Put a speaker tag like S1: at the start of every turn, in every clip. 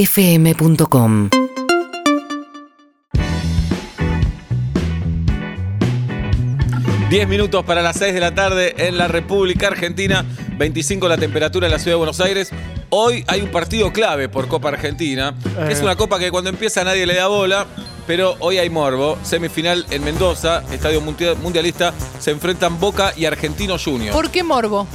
S1: urbanaplayfm.com
S2: Diez minutos para las 6 de la tarde en la República Argentina, 25 la temperatura en la ciudad de Buenos Aires. Hoy hay un partido clave por Copa Argentina, que es una copa que cuando empieza nadie le da bola, pero hoy hay morbo. Semifinal en Mendoza, Estadio Mundia- Mundialista, se enfrentan Boca y Argentino Junior.
S3: ¿Por qué morbo?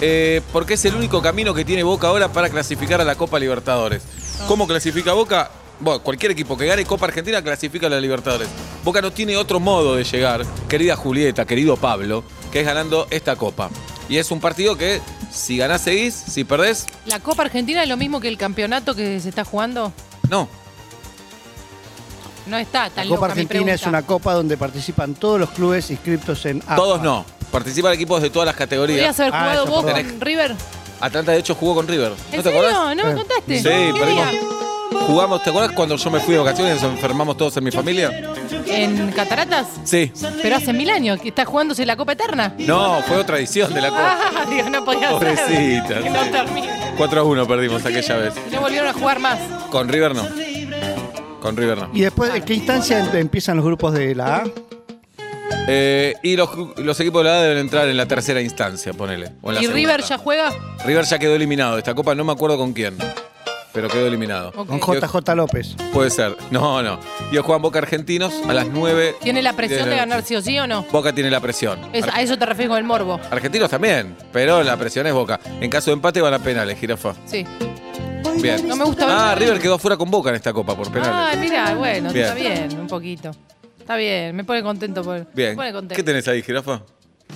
S2: Eh, porque es el único camino que tiene Boca ahora para clasificar a la Copa Libertadores.
S3: Ah.
S2: ¿Cómo clasifica Boca? Bueno, cualquier equipo que gane Copa Argentina clasifica a la Libertadores. Boca no tiene otro modo de llegar, querida Julieta, querido Pablo, que es ganando esta Copa. Y es un partido que, si ganás, seguís, si perdés,
S3: ¿La Copa Argentina es lo mismo que el campeonato que se está jugando?
S2: no.
S3: No está tan
S4: La Copa
S3: loca mi
S4: Argentina es
S3: pregunta.
S4: una copa donde participan todos los clubes inscriptos en
S3: Ah,
S4: AFA.
S2: Todos no. Participan equipos de todas las categorías.
S3: ¿Podrías haber
S4: Ah,
S3: jugado
S4: esa
S3: vos
S4: perdón.
S3: con River?
S2: Atlanta, de hecho, jugó con River. ¿No
S3: ¿En
S2: te
S3: serio?
S2: acordás?
S3: ¿No me
S4: Eh.
S3: contaste?
S2: Sí,
S3: ¿Qué
S2: perdimos.
S3: día?
S2: Jugamos, ¿te acordás cuando yo me fui de vacaciones y nos enfermamos todos en mi familia?
S3: ¿En Cataratas?
S2: Sí.
S3: Pero hace mil años que está jugándose la Copa Eterna.
S2: No, fue otra edición de la Copa.
S3: Ah, Dios, no podía ser.
S2: Pobrecita,
S3: Que no
S2: sí.
S3: termine.
S2: 4 a 1 perdimos aquella vez.
S3: No volvieron a jugar más.
S2: Con River no. Con River no.
S4: ¿Y después en qué instancia em- empiezan los grupos de la A?
S2: Eh, y los, los equipos de la A deben entrar en la tercera instancia, ponele. o en la
S3: ¿Y
S2: segunda.
S3: River ya juega?
S2: River ya quedó eliminado. de Esta copa no me acuerdo con quién. Pero quedó eliminado.
S3: Ok.
S4: Con JJ López.
S2: Puede ser. No, no. Y ellos juegan Boca Argentinos a las 9.
S3: ¿Tiene la presión de
S2: la-
S3: ganar sí o sí o no?
S2: Boca tiene la presión.
S3: Es-
S2: Ar-
S3: a eso te refieres con el morbo.
S2: Argentinos también, pero la presión es Boca. En caso de empate van a penales, jirafa.
S3: Sí.
S2: Bien.
S3: No me gusta ver-
S2: Ah, River quedó fuera con Boca en esta copa por
S3: Ah,
S2: penales.
S3: mira, bueno,
S2: Bien.
S3: está bien, un poquito. Está bien, me pone contento. Por, Me
S2: Bien.
S3: pone contento.
S2: ¿Qué tenés ahí, jirafa?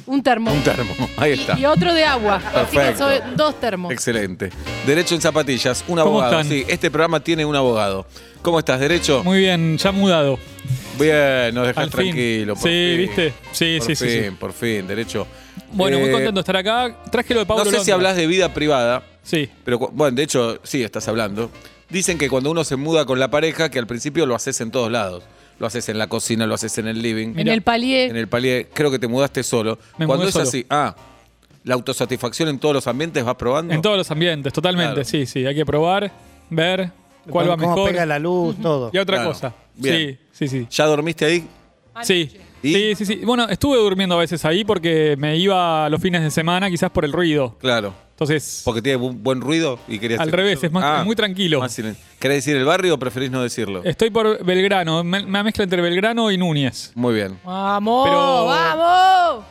S3: Un termo.
S2: Un termo. Ahí está.
S3: Y otro de agua. Así que
S2: Perfecto.
S3: soy dos termos.
S2: Excelente. Derecho en zapatillas, un
S5: ¿Cómo
S2: abogado.
S5: están?
S2: Sí, este programa tiene un abogado. ¿Cómo estás, Derecho?
S5: Muy bien, ya mudado.
S2: Bien, nos dejas
S5: Al fin.
S2: tranquilo. por
S5: Sí,
S2: fin.
S5: ¿viste? Sí,
S2: por
S5: sí, sí,
S2: fin,
S5: sí.
S2: Por fin, Derecho.
S5: Bueno, muy
S2: Eh,
S5: contento de estar acá. Traje lo de Pablo
S2: No sé si
S5: Londra.
S2: hablas de vida privada,
S5: Sí.
S2: pero cu- bueno, de hecho, sí, estás hablando. Dicen que cuando uno se muda con la pareja, que al principio lo haces en todos lados. Lo haces en la cocina, lo haces en el living.
S3: en el palier.
S2: en el palier. Creo que te mudaste solo.
S5: Me
S2: cuando
S5: mudé
S2: es
S5: solo.
S2: así, ah, la autosatisfacción en todos los ambientes vas probando.
S5: En todos los ambientes, totalmente.
S2: Claro.
S5: Sí, sí. Hay que probar, ver cuál va
S4: Cómo
S5: mejor.
S4: pega la luz, todo.
S5: Y otra
S2: Claro.
S5: cosa.
S2: Bien.
S5: Sí, sí, sí.
S2: ¿Ya dormiste ahí?
S5: Sí.
S2: ¿Y?
S5: sí, sí, sí. Bueno, estuve durmiendo a veces ahí porque me iba los fines de semana, quizás por el ruido.
S2: Claro.
S5: Entonces,
S2: Porque tiene bu- buen ruido y querías.
S5: Al revés, es más- es muy tranquilo.
S2: más silen- ¿Querés decir el barrio o preferís no decirlo?
S5: estoy por Belgrano. Me, me mezcla entre Belgrano y Núñez.
S2: Muy bien.
S3: ¡Vamos!
S5: Pero-
S3: ¡Vamos!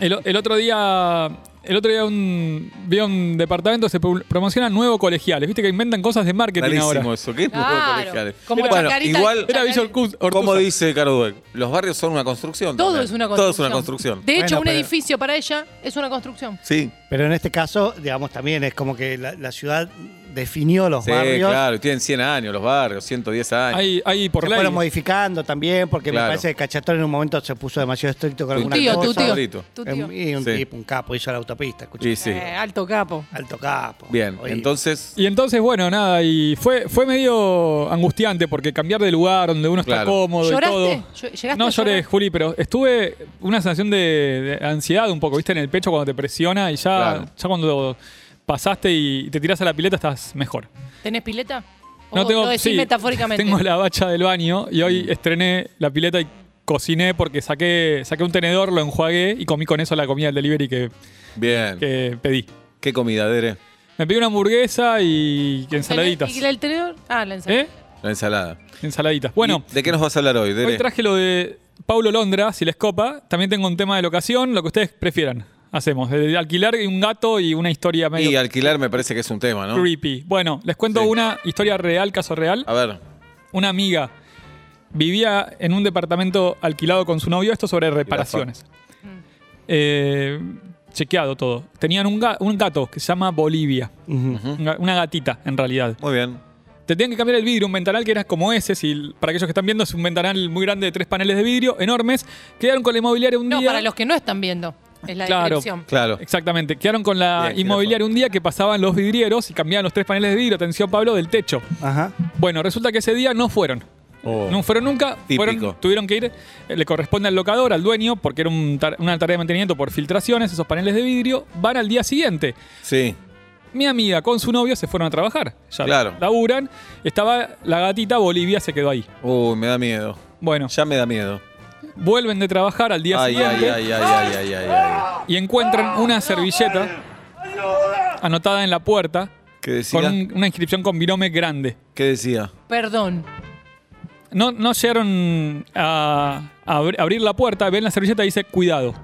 S5: El, el otro día. El otro día un, vi un departamento se pu- promociona nuevo colegiales. Viste que inventan cosas de marketing ahora.
S2: Clarísimo eso. ¿Qué es
S3: Claro,
S2: colegiales?
S3: como
S2: bueno,
S3: Chacarita-
S2: igual,
S5: Era Villa Orcuz- Ortúzar.
S2: como dice Caro Dweck, los barrios son una construcción.
S3: Todo
S2: también.
S3: es una construcción.
S2: Todo es una construcción.
S3: De hecho,
S4: Bueno,
S3: un
S4: pero-
S3: edificio para ella es una construcción.
S2: Sí,
S4: Pero en este caso, digamos, también es como que la, la ciudad definió los
S2: sí
S4: barrios.
S2: claro. y Tienen 100 años los barrios, 110 años.
S5: Hay, hay por
S4: Se
S5: ley.
S4: fueron modificando también, porque
S2: Claro.
S4: me parece que Cachatón en un momento se puso demasiado estricto con
S2: Tu
S4: alguna
S3: tío, tu
S4: cosa.
S3: tío.
S2: favorito.
S3: Tu tío.
S4: Em, Y un
S2: Sí.
S4: tipo, un capo, hizo la autopista, escuchá.
S2: Y sí.
S3: Eh, alto capo.
S4: Alto capo.
S2: Bien,
S4: Oye,
S2: entonces,
S5: Y entonces, bueno, nada, y fue, fue medio angustiante porque cambiar de lugar donde uno está
S2: Claro.
S5: cómodo
S3: ¿Lloraste?
S5: y
S3: Llo-
S5: todo.
S3: ¿Llegaste a
S5: no lloré,
S3: llorar?
S5: Juli, pero estuve una sensación de, de ansiedad un poco, viste, en el pecho cuando te presiona y ya,
S2: Claro.
S5: ya cuando pasaste y te tirás a la pileta estás mejor.
S3: ¿Tenés pileta? O
S5: No tengo,
S3: Oh, lo decís
S5: sí,
S3: metafóricamente.
S5: Tengo la bacha del baño y hoy estrené la pileta y cociné porque saqué, saqué un tenedor, lo enjuagué y comí con eso la comida del delivery que,
S2: bien. ¿Qué,
S5: que pedí.
S2: comida, Dere?
S5: Me pedí una hamburguesa y ensaladitas.
S3: ¿Y el tenedor? Ah, la ensalada.
S5: ¿Eh?
S2: La ensalada.
S5: Ensaladitas. Bueno,
S2: ¿Y ¿De qué nos vas a hablar hoy, Dere?
S5: hoy traje lo de Paulo Londra, si les copa. También tengo un tema de locación, lo que ustedes prefieran. Hacemos, de alquilar un gato y una historia
S2: y
S5: medio
S2: alquilar me parece que es un tema, ¿no?
S5: creepy. Bueno, les cuento
S2: Sí. Ah.
S5: una historia real, caso real.
S2: A ver,
S5: Una amiga vivía en un departamento alquilado con su novio, esto sobre reparaciones. Mm. Eh, chequeado todo. Tenían un, ga- un gato que se llama Bolivia. Un ga- Una gatita, en realidad.
S2: muy bien.
S5: Te tenían que cambiar el vidrio, un ventanal que era como ese, si, para aquellos que están viendo, es un ventanal muy grande de tres paneles de vidrio, enormes. Quedaron con la inmobiliaria un
S3: No,
S5: día.
S3: para los que no están viendo. Es la
S5: Claro.
S3: descripción.
S2: Claro.
S5: Exactamente, quedaron con la
S2: Bien,
S5: inmobiliaria un día que pasaban los vidrieros y cambiaban los tres paneles de vidrio, atención Pablo, del techo.
S4: Ajá.
S5: Bueno, resulta que ese día no fueron.
S2: Oh.
S5: No fueron nunca,
S2: Típico.
S5: fueron- tuvieron que ir, eh, le corresponde al locador, al dueño, porque era un tar- una tarea de mantenimiento por filtraciones, esos paneles de vidrio, van al día siguiente.
S2: Sí.
S5: Mi amiga con su novio se fueron a trabajar. Ya
S2: Claro.
S5: laburan. Estaba la gatita, Bolivia se quedó ahí.
S2: Uy, me da miedo.
S5: Bueno,
S2: Ya me da miedo.
S5: vuelven de trabajar al día
S2: Ay, ay,
S5: siguiente
S2: ay, ay, ay, ay, ay, ay.
S5: y encuentran una servilleta anotada en la puerta
S2: ¿Qué
S5: con
S2: decía?
S5: un- una inscripción con binome grande.
S2: ¿Qué decía?
S3: Perdón.
S5: No, no llegaron a, a abri- abrir la puerta, ven la servilleta y dice cuidado.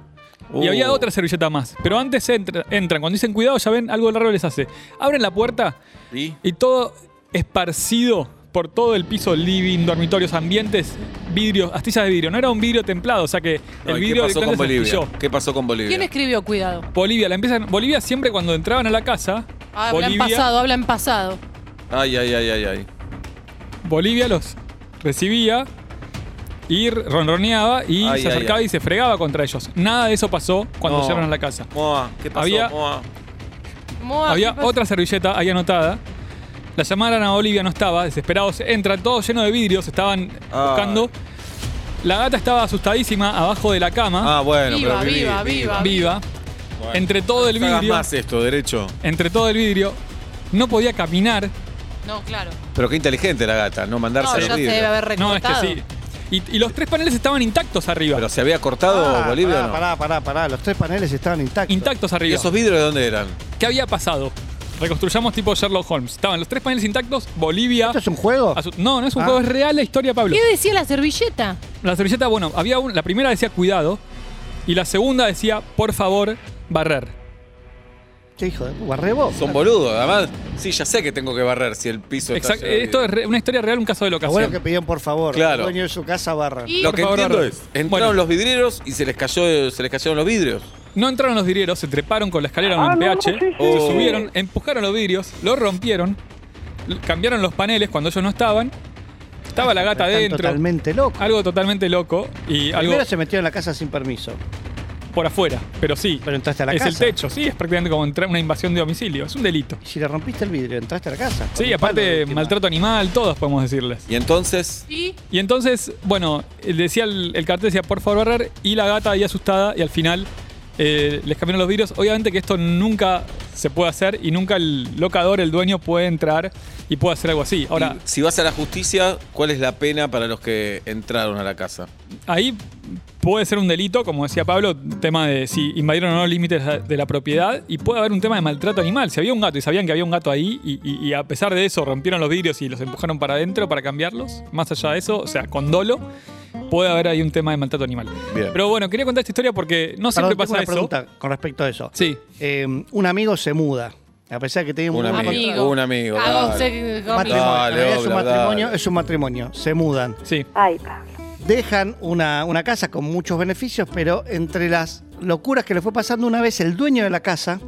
S5: Y
S2: Uh.
S5: había otra servilleta más. Pero antes entra- entran, cuando dicen cuidado, ya ven, algo raro les hace. Abren la puerta
S2: ¿Y?
S5: y todo esparcido por todo el piso, living, dormitorios, ambientes, vidrios, astillas de vidrio. No era un vidrio templado, o sea que
S2: No,
S5: el
S2: ¿y
S5: vidrio
S2: ¿Qué
S5: de
S2: pasó con
S5: se
S2: Bolivia?
S5: astilló.
S2: ¿Qué pasó con Bolivia?
S3: ¿Quién escribió cuidado?
S5: Bolivia, la empiezan. Bolivia siempre cuando entraban a la casa.
S3: Habla en
S5: Bolivia,
S3: Ah, pasado, habla en pasado.
S2: Ay, ay, ay, ay, ay.
S5: Bolivia los recibía y ronroneaba y
S2: Ay,
S5: se
S2: ay,
S5: acercaba
S2: ay.
S5: y se fregaba contra ellos. Nada de eso pasó cuando
S2: No.
S5: llegaron a la casa.
S2: Moa, ¿qué pasó,
S5: Había-
S2: Moa?
S3: Moa,
S5: Había
S3: Ah, ¿qué pasa?
S5: otra servilleta ahí anotada. La llamaron a Bolivia, no estaba, desesperados. Entran todos llenos de vidrios, estaban
S2: Ah.
S5: buscando. La gata estaba asustadísima abajo de la cama,
S2: Ah, bueno,
S3: Viva,
S2: pero viví,
S3: viva,
S2: viví.
S3: viva.
S5: viva.
S2: Ah. Bueno.
S5: Entre todo el
S2: No hagas
S5: vidrio,
S2: más esto, derecho.
S5: entre todo el vidrio, no podía caminar.
S3: No, claro.
S2: Pero qué inteligente la gata, no mandarse
S3: No,
S2: al
S3: ya se
S2: vidrio.
S3: debe haber
S5: No, es que
S3: recortado.
S5: sí. Y, y los tres paneles estaban intactos arriba.
S2: Pero se había cortado
S4: Ah,
S2: Bolivia o no.
S4: pará, pará, pará, pará. Los tres paneles estaban intactos.
S5: intactos
S2: ¿Y
S5: arriba.
S2: esos vidrios de dónde eran?
S5: ¿Qué había pasado? Reconstruyamos tipo Sherlock Holmes. Estaban los tres paneles intactos, Bolivia.
S4: ¿Esto es un juego?
S5: asu- No, no es un
S4: Ah.
S5: juego, es real la historia, Pablo.
S3: ¿Qué decía la servilleta?
S5: La servilleta, bueno, había un- la primera decía cuidado y la segunda decía por favor barrer.
S4: Che, hijo de barré vos.
S2: Son boludos, además. Sí, ya sé que tengo que barrer si el piso
S5: Exacto,
S2: lleno de
S5: esto es
S2: vidrio.
S5: re- una historia real, un caso de
S4: Abuelo
S5: locación.
S4: que pidieron por favor.
S2: Claro.
S4: Dueño de su casa barra.
S3: Y-
S2: Lo
S5: Por
S2: que
S5: favor,
S2: entiendo
S5: barrer.
S2: es, entraron
S5: Bueno.
S2: los vidrieros y se les cayó, se les cayeron los vidrios.
S5: No entraron los vidrieros, se treparon con la escalera a un PH, se
S2: Oh.
S5: subieron, empujaron los vidrios, los rompieron, l- cambiaron los paneles cuando ellos no estaban. Estaba la gata
S4: Están
S5: adentro.
S4: Totalmente loco.
S5: Algo totalmente loco y algo
S4: Primero se metió en la casa sin permiso.
S5: por afuera, pero sí.
S4: Pero entraste a la
S5: es
S4: casa.
S5: el techo, sí, es prácticamente como entrar una invasión de domicilio, es un delito.
S4: Y si le rompiste el vidrio, entraste a la casa. Con
S5: Sí,
S4: un palo de
S5: aparte
S4: última.
S5: maltrato animal, todos podemos decirles.
S2: Y entonces,
S3: Y
S5: Y entonces, bueno, él decía el, el cartel decía por favor barrer y la gata ahí asustada y al final eh, les cambiaron los vidrios. Obviamente que esto nunca se puede hacer y nunca el locador, el dueño puede entrar y puede hacer algo así. Ahora,
S2: y si vas a la justicia, ¿cuál es la pena para los que entraron a la casa?
S5: ahí puede ser un delito, como decía Pablo, tema de si invadieron o no los límites de la propiedad y puede haber un tema de maltrato animal. Si había un gato y sabían que había un gato ahí y, y- y a pesar de eso rompieron los vidrios y los empujaron para adentro para cambiarlos, más allá de eso, o sea, con dolo, puede haber ahí un tema de maltrato animal.
S2: Bien.
S5: Pero bueno, quería contar esta historia porque no
S4: Perdón,
S5: siempre
S4: tengo
S5: pasa
S4: una
S5: eso.
S4: pregunta con respecto a eso.
S5: Sí.
S4: Eh, un amigo se muda. A pesar que tenía un,
S2: Un
S4: buen
S2: amigo.
S4: contrato.
S3: amigo.
S2: un amigo,
S3: Hago un
S2: dale.
S3: sec-
S4: matrimonio.
S2: Dale,
S4: En realidad es un
S2: Obla,
S4: matrimonio,
S2: dale.
S4: es un matrimonio. Se mudan.
S5: Sí,
S1: Ay, Pablo.
S4: Dejan una, una casa con muchos beneficios, pero entre las locuras que le fue pasando una vez, el dueño de la casa,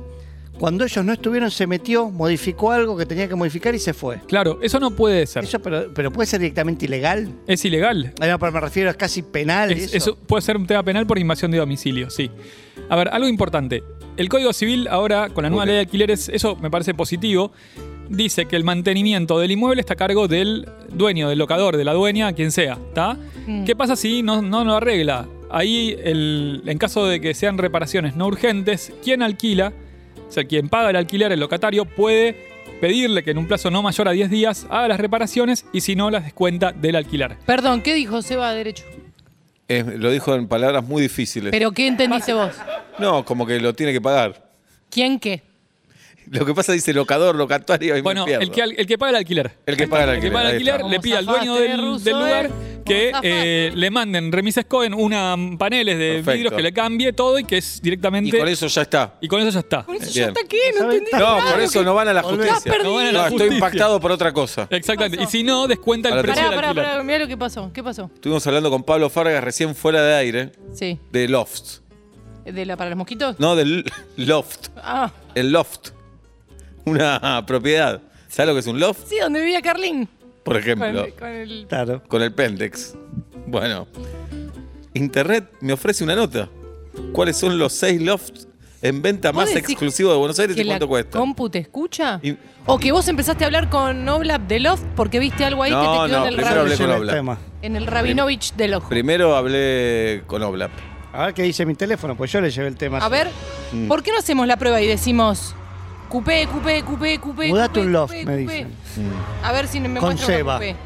S4: cuando ellos no estuvieron, se metió, modificó algo que tenía que modificar y se fue.
S5: claro, eso no puede ser.
S4: Eso, pero, pero puede ser directamente ilegal.
S5: Es ilegal.
S4: Ah, no, pero me refiero, es casi penal.
S5: Es-
S4: eso.
S5: eso puede ser un tema penal por invasión de domicilio, sí. A ver, algo importante. El Código Civil ahora, con la nueva
S2: Ok.
S5: ley de alquileres, eso me parece positivo, dice que el mantenimiento del inmueble está a cargo del dueño, del locador, de la dueña, quien sea, ¿está?
S3: Mm.
S5: ¿Qué pasa si no, no lo arregla? Ahí, el, en caso de que sean reparaciones no urgentes, quien alquila, o sea, quien paga el alquiler, el locatario, puede pedirle que en un plazo no mayor a 10 días haga las reparaciones y si no, las descuenta del alquiler.
S3: Perdón, ¿qué dijo Seba derecho?
S2: Es- lo dijo en palabras muy difíciles.
S3: ¿Pero qué entendiste vos?
S2: no, como que lo tiene que pagar.
S3: ¿Quién qué?
S2: Lo que pasa dice locador, locatario y me
S5: Bueno,
S2: pierdo.
S5: el que, al- el que paga el alquiler.
S2: El que paga el
S5: El que
S2: alquiler,
S5: paga el
S2: ahí
S5: alquiler
S2: está.
S5: le
S3: Como
S5: pide al
S3: zafaste
S5: dueño
S3: de
S5: del,
S3: ruso,
S5: del lugar
S3: ¿eh?
S5: que
S3: Como zafaste.
S5: eh, le manden remises Cohen una mm, paneles de
S2: Perfecto.
S5: vidrios que le cambie todo y que es directamente.
S2: Y con eso ya está.
S5: y con eso ya está.
S3: Por eso
S2: Bien.
S3: ya está aquí, no
S4: ¿Saben?
S3: entendí.
S2: No,
S3: nada
S2: por
S3: lo
S2: eso
S3: que-
S2: no van a la
S4: Volvé.
S2: justicia.
S3: No van a
S5: la
S2: No, estoy
S5: justicia. Eh.
S2: impactado por otra cosa.
S5: Exactamente. Y
S3: pasó?
S5: si no, descuenta el
S2: Ahora te-
S5: precio del
S3: Pará, pará,
S5: alquiler.
S3: pará, mirá lo que pasó. ¿Qué pasó?
S2: Estuvimos hablando con Pablo Fargas recién fuera de aire
S3: Sí.
S2: de Loft.
S3: ¿De la, ¿Para los mosquitos?
S2: No, del Loft.
S3: Ah,
S2: El Loft. Una propiedad. ¿Sabes lo que es un Loft?
S3: sí, donde vivía Carlín.
S2: Por
S3: Con,
S2: ejemplo,
S3: con el...
S4: Claro.
S2: con el Pendex. Bueno, Internet me ofrece una nota. ¿Cuáles son los seis Lofts en venta
S3: ¿Vos
S2: más
S3: decís
S2: exclusivos de Buenos Aires
S3: ¿Que
S2: y
S3: la
S2: cuánto cuesta?
S3: compu te escucha?
S2: Y-
S3: ¿O que vos empezaste a hablar con Oblap de Loft porque viste algo ahí
S2: No,
S3: que te quedó
S2: no,
S3: en el,
S2: primero hablé
S3: Rabi-
S2: con
S4: Soluciona el
S2: Obla.
S4: tema.
S3: en el Rabinovich del ojo?
S2: Primero hablé con Oblap.
S4: A ver qué dice mi teléfono, pues yo le llevé el tema.
S3: A ver, ¿por qué no hacemos la prueba y decimos Cupé, cupé, cupé, cupé.
S4: Mudate
S3: cupé,
S4: un loft,
S3: cupé,
S4: me
S3: cupé.
S4: dicen.
S3: A ver si me
S4: Con
S3: muestra
S4: ceba.
S3: una cupé.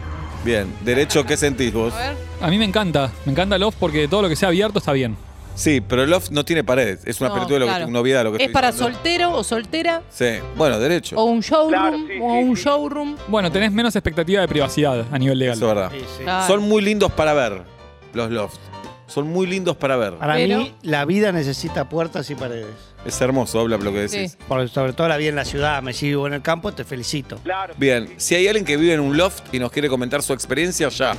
S2: Bien, derecho, ¿qué sentís vos?
S3: A ver.
S5: A mí me encanta, me encanta Loft porque todo lo que sea abierto está bien.
S2: Sí, pero el loft no tiene paredes. Es una
S3: No,
S2: apertura, de lo
S3: claro.
S2: que, novedad lo que
S3: ¿Es
S2: estoy
S3: para
S2: diciendo.
S3: soltero o soltera?
S2: Sí, bueno, derecho.
S3: ¿O un showroom?
S1: Claro, sí,
S3: ¿O
S1: sí,
S3: un
S1: sí.
S3: showroom?
S5: Bueno, tenés menos expectativa de privacidad a nivel legal.
S2: Eso es verdad.
S4: Sí, sí.
S3: Claro.
S2: Son muy lindos para ver, los lofts. Son muy lindos para ver.
S4: Para
S3: Pero-
S4: mí, la vida necesita puertas y paredes.
S2: Es hermoso, habla lo que decís.
S3: Sí.
S4: Por- sobre todo la vida en la ciudad, me sigo en el campo, te felicito.
S1: Claro.
S2: Bien, si hay alguien que vive en un loft y nos quiere comentar su experiencia, ya.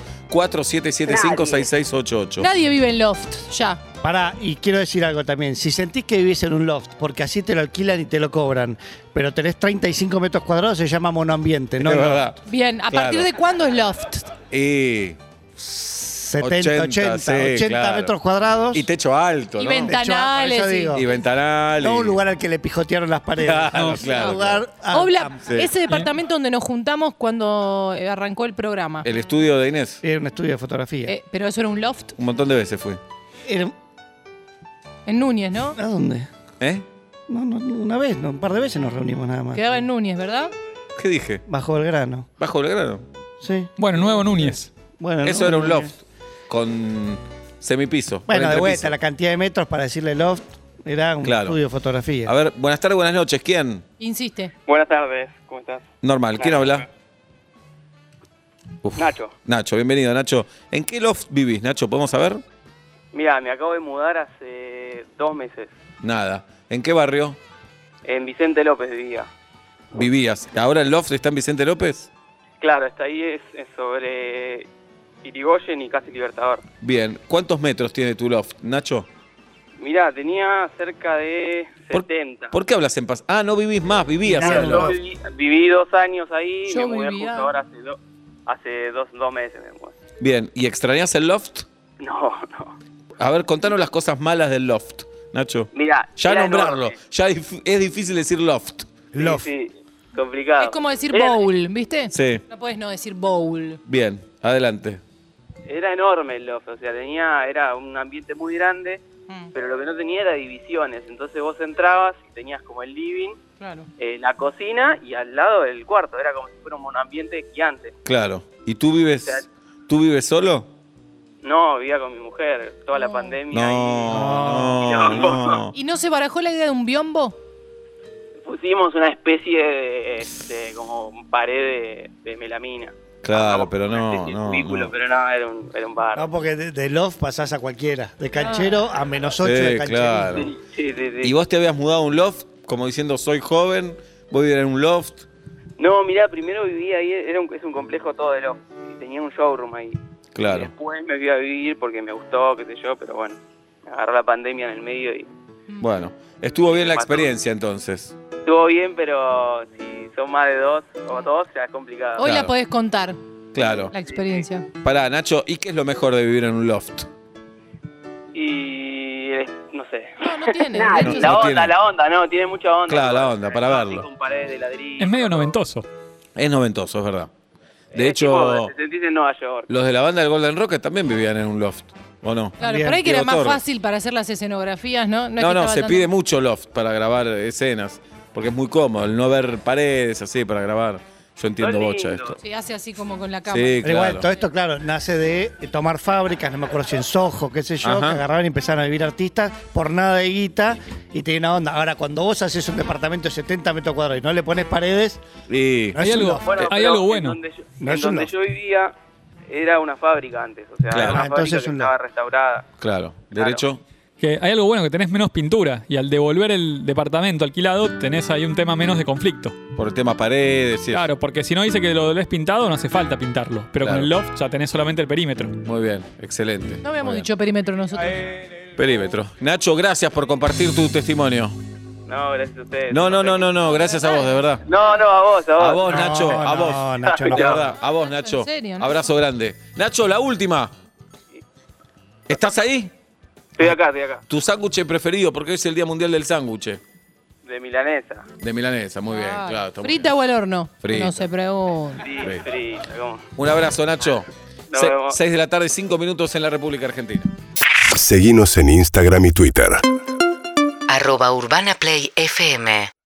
S2: 4775-6688.
S3: Nadie vive en loft, ya.
S4: Pará, y quiero decir algo también. Si sentís que vivís en un loft, porque así te lo alquilan y te lo cobran, pero tenés 35 metros cuadrados, se llama monoambiente, ¿no?
S2: es
S4: loft.
S2: verdad.
S3: Bien, ¿a
S2: Claro.
S3: partir de cuándo es loft?
S2: Y,
S4: 70, 80, 80,
S2: sí, claro.
S4: metros cuadrados.
S2: y techo alto,
S3: Y
S2: ¿no?
S3: venta- Ventanales,
S4: Yo
S3: sí.
S4: ah, digo,
S2: Y ventanal.
S4: no
S2: y-
S4: un lugar al que le pijotearon las paredes.
S2: Claro,
S4: no,
S2: claro,
S4: un lugar al
S3: Obla,
S4: campo.
S2: Sí.
S3: ese departamento donde nos juntamos cuando eh, arrancó el programa.
S2: El estudio de Inés.
S4: Era un estudio de fotografía.
S3: Eh, pero eso era un loft
S2: Un montón de veces fui.
S4: Era-
S3: en Núñez, ¿no?
S4: ¿A dónde?
S2: ¿Eh?
S4: No, no, una vez, no, un par de veces nos reunimos nada más.
S3: Quedaba en Núñez, ¿verdad?
S2: ¿Qué dije?
S4: Bajo el grano.
S2: Bajo el grano.
S4: Sí.
S5: Bueno, Nuevo Núñez.
S4: Bueno,
S2: Eso
S4: no,
S2: era un
S4: no, no.
S2: loft con semipiso. con
S4: Bueno, de
S2: entrepiso.
S4: vuelta, la cantidad de metros para decirle loft era un
S2: Claro.
S4: estudio de fotografía.
S2: A ver, buenas tardes, buenas noches. ¿Quién?
S3: Insiste.
S1: Buenas tardes, ¿cómo estás?
S2: Normal, ¿quién
S1: Claro.
S2: habla? Uf.
S1: Nacho.
S2: Nacho, bienvenido, Nacho. ¿En qué loft vivís, Nacho? ¿Podemos saber?
S1: Mira, me acabo de mudar hace dos meses.
S2: Nada. ¿En qué barrio
S1: En Vicente López vivía.
S2: vivías? ¿Ahora el loft está en Vicente López?
S1: Claro, hasta ahí es, es sobre Irigoyen y casi Libertador.
S2: Bien. ¿Cuántos metros tiene tu loft, Nacho?
S1: Mira, tenía cerca de 70.
S2: ¿Por qué hablas en paz? Ah, no vivís más, vivías.
S4: Claro.
S2: en el
S1: Yo
S2: loft.
S1: viví, viví dos años ahí y
S3: Yo
S1: me mudé
S3: vivía-
S1: justo ahora hace, do- hace dos, dos meses. Me mudé.
S2: Bien. ¿Y extrañas el loft?
S1: No, no.
S2: A ver, contanos las cosas malas del loft, Nacho.
S1: Mira,
S2: Ya nombrarlo. Ya dif- es difícil decir loft.
S4: Loft.
S1: Sí, complicado.
S3: Es como decir
S1: Era-
S3: bowl, ¿viste?
S2: Sí.
S3: No puedes no decir bowl.
S2: Bien, adelante.
S1: Era enorme el loft, o sea, tenía, era un ambiente muy grande,
S3: Mm,
S1: pero lo que no tenía era divisiones. Entonces vos entrabas y tenías como el living,
S3: claro.
S1: eh, la cocina y al lado el cuarto. Era como si fuera un ambiente gigante.
S2: Claro. ¿Y tú vives,
S1: Claro.
S2: tú vives solo?
S1: No, vivía con mi mujer toda la
S3: No.
S1: pandemia.
S2: No, no, no.
S3: ¿Y no se barajó la idea de un biombo?
S1: y pusimos una especie de, este, como pared de, de melamina.
S2: Claro,
S1: Como
S2: pero
S1: una
S2: no,
S1: especie de
S2: no,
S1: cubículo,
S2: no.
S1: pero no, era un, era un bar.
S4: No, porque de, de loft pasás a cualquiera. De canchero a menos 8
S2: Sí,
S4: de canchero.
S2: claro.
S1: Sí, sí, sí, sí.
S2: ¿Y vos te habías mudado a un loft? Como diciendo, soy joven, voy a vivir en un loft.
S1: No, mirá, primero vivía ahí, era un, es un complejo todo de loft. y Tenía un showroom ahí.
S2: Claro.
S1: Después me fui a vivir porque me gustó, qué sé yo, pero bueno, me agarró la pandemia en el medio y
S2: Mm. Bueno, estuvo bien la
S1: Mató.
S2: experiencia entonces.
S1: estuvo bien, pero si son más de dos o dos ya es complicado.
S3: Hoy
S2: Claro.
S3: la podés contar,
S2: Claro.
S3: la experiencia.
S2: Pará, Nacho, ¿y qué es lo mejor de vivir en un loft?
S1: Y el- no sé.
S3: No, no tiene. de
S1: Nada,
S3: hecho,
S1: la
S2: no
S1: onda,
S2: tiene.
S1: la onda, no, tiene mucha onda.
S2: Claro, la
S1: Todo
S2: onda, para
S1: así
S2: verlo.
S1: Con paredes de ladrillo.
S5: Es medio noventoso.
S2: Es noventoso, es verdad. De
S1: Es
S2: hecho,
S1: Eh, tipo, te sentís en Nueva York.
S2: los de la banda del Golden Rocket también vivían en un loft, ¿o no?
S3: Claro,
S4: Bien,
S3: por ahí que era
S2: Diego
S3: más
S2: Torres.
S3: fácil para hacer las escenografías, ¿no? es
S2: No,
S3: que
S2: no,
S3: estaba
S2: se
S3: tan-
S2: pide mucho loft para grabar escenas, porque es muy cómodo el no ver paredes así para grabar. Yo entiendo
S1: Son
S2: bocha
S1: lindos.
S2: esto.
S3: Sí, hace así como con la cámara.
S2: Sí,
S4: Pero igual, todo
S2: claro.
S4: esto, claro, nace de tomar fábricas, no me acuerdo si en Soho, qué sé yo,
S2: Ajá.
S4: que agarraban y empezaron a vivir artistas por nada de guita y tiene una onda. Ahora, cuando vos haces un departamento de 70 metros cuadrados y no le pones paredes,
S2: Y
S4: no es
S5: Hay
S4: un
S5: algo-
S4: loft.
S5: Hay
S1: pero
S5: algo
S1: en
S5: bueno.
S1: Donde yo,
S4: No
S1: en
S4: es un
S1: donde
S4: loft.
S1: yo vivía era una fábrica antes, o sea,
S2: Claro.
S1: era una
S4: Ah, entonces
S1: fábrica
S4: es
S1: que
S4: un
S1: estaba
S4: loft.
S1: restaurada.
S2: claro, derecho.
S5: Que hay algo bueno, que tenés menos pintura y al devolver el departamento alquilado tenés ahí un tema menos de conflicto.
S2: Por el tema paredes y eso.
S5: Claro, porque si no dice que lo devolvés pintado no hace falta pintarlo, pero
S2: Claro.
S5: con el loft ya tenés solamente el perímetro.
S2: Muy bien, excelente.
S3: No habíamos
S2: Muy bien.
S3: dicho perímetro nosotros.
S2: Perímetro. Nacho, gracias por compartir tu testimonio.
S1: No, gracias a ustedes.
S2: No, no, no, no, no, gracias a vos, de verdad.
S1: No, no, a vos, a vos.
S2: A vos,
S4: No,
S2: Nacho, a
S4: no,
S2: vos.
S4: Nacho, no.
S2: De verdad, a vos,
S3: Nacho,
S2: Nacho.
S3: en serio, ¿no?
S2: Abrazo grande. Nacho, la última. ¿Estás ahí?
S1: Estoy acá, estoy acá.
S2: Tu sándwich preferido, porque hoy es el Día Mundial del Sándwich.
S1: De milanesa.
S2: De milanesa, muy bien,
S3: Ah,
S2: claro. está muy
S3: ¿Frita
S2: bien.
S3: o al horno?
S2: Frita.
S3: No se pregunta.
S1: Sí,
S2: Perfecto.
S1: frita, ¿cómo?
S2: Un abrazo, Nacho.
S1: Nos
S2: Se-
S1: vemos.
S2: Seis de la tarde, cinco minutos en la República Argentina.
S6: Seguinos en Instagram y Twitter.
S7: arroba urbanaplayfm